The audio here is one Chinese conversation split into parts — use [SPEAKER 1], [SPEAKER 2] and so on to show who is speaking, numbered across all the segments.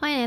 [SPEAKER 1] 来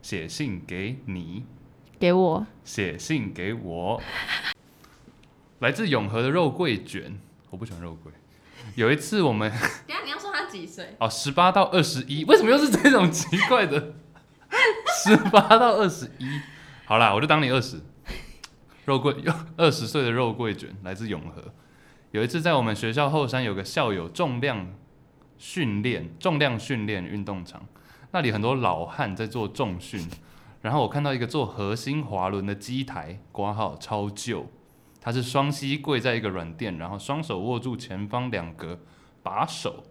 [SPEAKER 2] 写信给你，
[SPEAKER 1] 给我，
[SPEAKER 2] 写信给我。来自永和的肉桂卷，我不喜欢肉桂。有一次我们
[SPEAKER 1] 等下你要说他几岁？
[SPEAKER 2] 哦，十八到二十一，为什么又是这种奇怪的？十八到二十一，好啦，我就当你二十。肉桂， 二十岁的肉桂卷来自永和。有一次在我们学校后山有个校友重量训练、重量训练运动场，那里很多老汉在做重训。然后我看到一个做核心滑轮的机台，挂号超旧，他是双膝跪在一个软垫，然后双手握住前方两格把手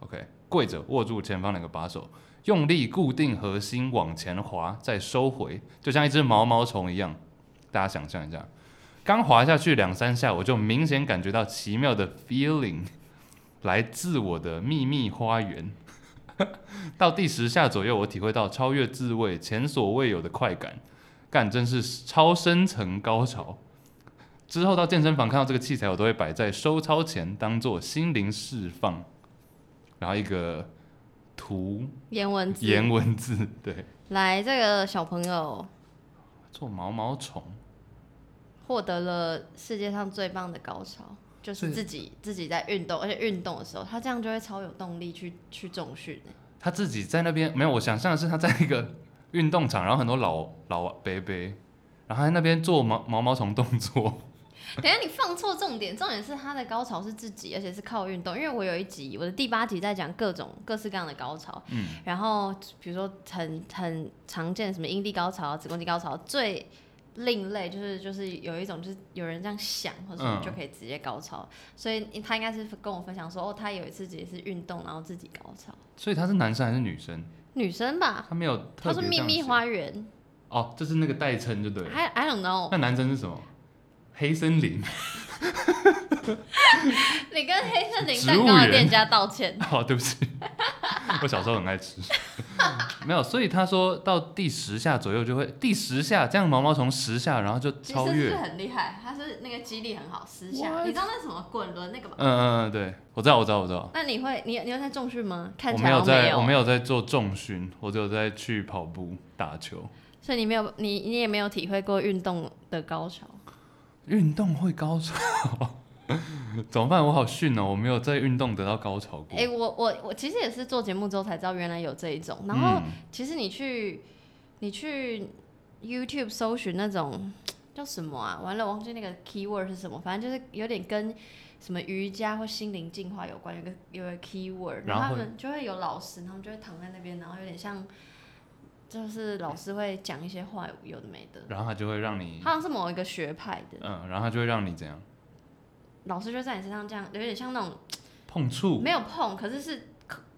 [SPEAKER 2] ，OK，跪着握住前方两个把手，用力固定核心往前滑，再收回，就像一只毛毛虫一样。大家想象一下，刚滑下去两三下，我就明显感觉到奇妙的 feeling，来自我的秘密花园。到第十下左右，我体会到超越自慰、前所未有的快感，干真是超深层高潮。之后到健身房看到这个器材，我都会摆在收操前，当做心灵释放。然后一个图
[SPEAKER 1] 颜文字。
[SPEAKER 2] 言文字，对，
[SPEAKER 1] 来，这个小朋友
[SPEAKER 2] 做毛毛虫，
[SPEAKER 1] 获得了世界上最棒的高潮，就是
[SPEAKER 2] 是
[SPEAKER 1] 自己自己在运动，而且运动的时候，他这样就会超有动力去去重训。欸
[SPEAKER 2] 他自己在那边没有，我想象的是他在一个运动场，然后很多老老伯伯，然后他在那边做毛毛毛虫动作，
[SPEAKER 1] 等一下你放错重点，重点是他的高潮是自己，而且是靠运动。因为我有一集，我的第八集在讲各种各式各样的高潮，
[SPEAKER 2] 嗯，
[SPEAKER 1] 然后比如说很很常见的什么阴蒂高潮、啊子宫肌高潮，最另类就是就是有一种就是有人这样想，或者
[SPEAKER 2] 嗯
[SPEAKER 1] 就可以直接高潮，所以他应该是跟我分享说，哦，他有一次也是运动，然后自己高潮，
[SPEAKER 2] 所以他是男生还是女生？
[SPEAKER 1] 女生吧，
[SPEAKER 2] 他没有
[SPEAKER 1] 她
[SPEAKER 2] 特别
[SPEAKER 1] 说
[SPEAKER 2] 这
[SPEAKER 1] 秘
[SPEAKER 2] 样
[SPEAKER 1] 密
[SPEAKER 2] 写
[SPEAKER 1] 花园
[SPEAKER 2] 哦，这是那个代称就对了。
[SPEAKER 1] ，I I don't know，
[SPEAKER 2] 那男生是什么？黑森林
[SPEAKER 1] 你跟黑森林
[SPEAKER 2] 植
[SPEAKER 1] 蛋
[SPEAKER 2] 物
[SPEAKER 1] 糕的
[SPEAKER 2] 园
[SPEAKER 1] 店家道歉。
[SPEAKER 2] 哦，对不起， 我小时候很爱吃。 没有，所以他说到第十下左右就会，第十下这样毛毛虫十下，然后就
[SPEAKER 1] 其实
[SPEAKER 2] 超
[SPEAKER 1] 是不
[SPEAKER 2] 越
[SPEAKER 1] 是。很厉害，他是那个肌力很好，私下
[SPEAKER 2] What？
[SPEAKER 1] 你知道那什么滚轮那个吗
[SPEAKER 2] 嗯？嗯嗯，对，我知道，我知道，我知道。
[SPEAKER 1] 那你会你你有在重训吗？看
[SPEAKER 2] 我
[SPEAKER 1] 起
[SPEAKER 2] 没
[SPEAKER 1] 来
[SPEAKER 2] 有
[SPEAKER 1] 好像
[SPEAKER 2] 在，我没
[SPEAKER 1] 有，
[SPEAKER 2] 有在做重训，我只有在去跑步、打球。
[SPEAKER 1] 所以你没有你你也没有体会过运动的高潮。
[SPEAKER 2] 运动会高潮， 怎么办？我好逊哦，我没有在运动得到高潮过。
[SPEAKER 1] 哎、我我我其实也是做节目之后才知道原来有这一种，然后
[SPEAKER 2] 嗯，
[SPEAKER 1] 其实你去你去 YouTube 搜寻那种叫什么啊？完了，我忘记那个 keyword 是什么，反正就是有点跟什么瑜伽或心灵净化有关，有个有个 keyword，然
[SPEAKER 2] 然
[SPEAKER 1] 后
[SPEAKER 2] 后
[SPEAKER 1] 他
[SPEAKER 2] 会
[SPEAKER 1] 们就会有老师，他们就会躺在那边，然后有点像，就是老师会讲一些话，有的没的。
[SPEAKER 2] 然后他就会让你，
[SPEAKER 1] 他好像是某一个学派的，
[SPEAKER 2] 嗯，然后他就会让你怎样
[SPEAKER 1] 老师就在你身上这样，有点像那种
[SPEAKER 2] 碰触
[SPEAKER 1] 没有碰，可是是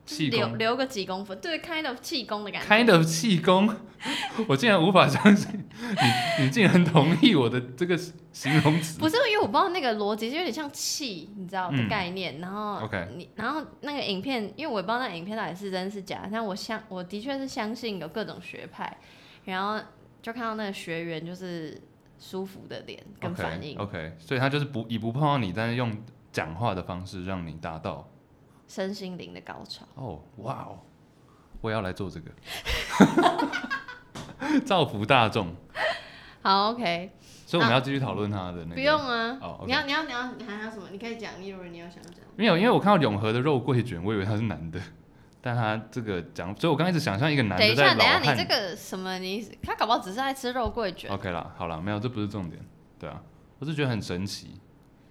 [SPEAKER 2] 气
[SPEAKER 1] 留
[SPEAKER 2] 功
[SPEAKER 1] 留个几公分，对，kind of 气功的感觉。
[SPEAKER 2] ，kind of 气功。我竟然无法相信你，你竟然同意我的这个形容词。
[SPEAKER 1] 不是，因为我不知道那个逻辑，就有点像气，你知道的
[SPEAKER 2] 嗯
[SPEAKER 1] 概念。然后
[SPEAKER 2] OK
[SPEAKER 1] 你，然后那个影片，因为我也不知道那影片到底是真是假，但我相我的确是相信有各种学派，然后就看到那个学员就是舒服的脸跟反应
[SPEAKER 2] OK OK，所以他就是不以不碰到你，但是用讲话的方式让你达到。
[SPEAKER 1] 身心灵的高潮。
[SPEAKER 2] 哦，哇哦，我也要来做这个， 造福大众。
[SPEAKER 1] 好，OK，
[SPEAKER 2] 所以我们要继续讨论他的
[SPEAKER 1] 啊
[SPEAKER 2] 那个。
[SPEAKER 1] 不用啊。
[SPEAKER 2] 哦，OK
[SPEAKER 1] 你要你要你要你还有什么？你可以讲，你如果你有想讲，
[SPEAKER 2] 没有，因为我看到永和的肉桂卷，我以为他是男的，但他这个讲，所以我刚开始想象一个男
[SPEAKER 1] 等一
[SPEAKER 2] 的
[SPEAKER 1] 下
[SPEAKER 2] 在
[SPEAKER 1] 等
[SPEAKER 2] 老啊
[SPEAKER 1] 一下，你这
[SPEAKER 2] 汉。
[SPEAKER 1] 个什么你他搞不好只是在吃肉桂卷，
[SPEAKER 2] OK 啦，好啦，没有，这不是重点，对啊，我是觉得很神奇，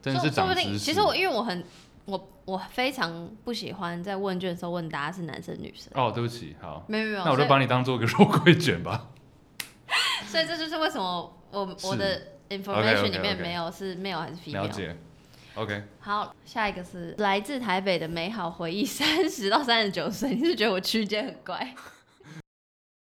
[SPEAKER 2] 真的
[SPEAKER 1] 说
[SPEAKER 2] 是
[SPEAKER 1] 说
[SPEAKER 2] 长
[SPEAKER 1] 不
[SPEAKER 2] 知
[SPEAKER 1] 定，
[SPEAKER 2] 识。
[SPEAKER 1] 其实我因为我很我我非常不喜欢在问卷的时候问大家是男生女生，
[SPEAKER 2] 哦，对不起，好，
[SPEAKER 1] 没有没有，
[SPEAKER 2] 那我就把你当做个肉桂 卷吧。
[SPEAKER 1] 所以所以这就是为什么我
[SPEAKER 2] 是哦
[SPEAKER 1] 我的 information
[SPEAKER 2] OK，OK，OK
[SPEAKER 1] 里面没有是 male 还是
[SPEAKER 2] 了
[SPEAKER 1] female。
[SPEAKER 2] 解，OK，
[SPEAKER 1] 好，下一个是来自台北的美好回忆，三十到三十九岁，你是觉得我区间很怪？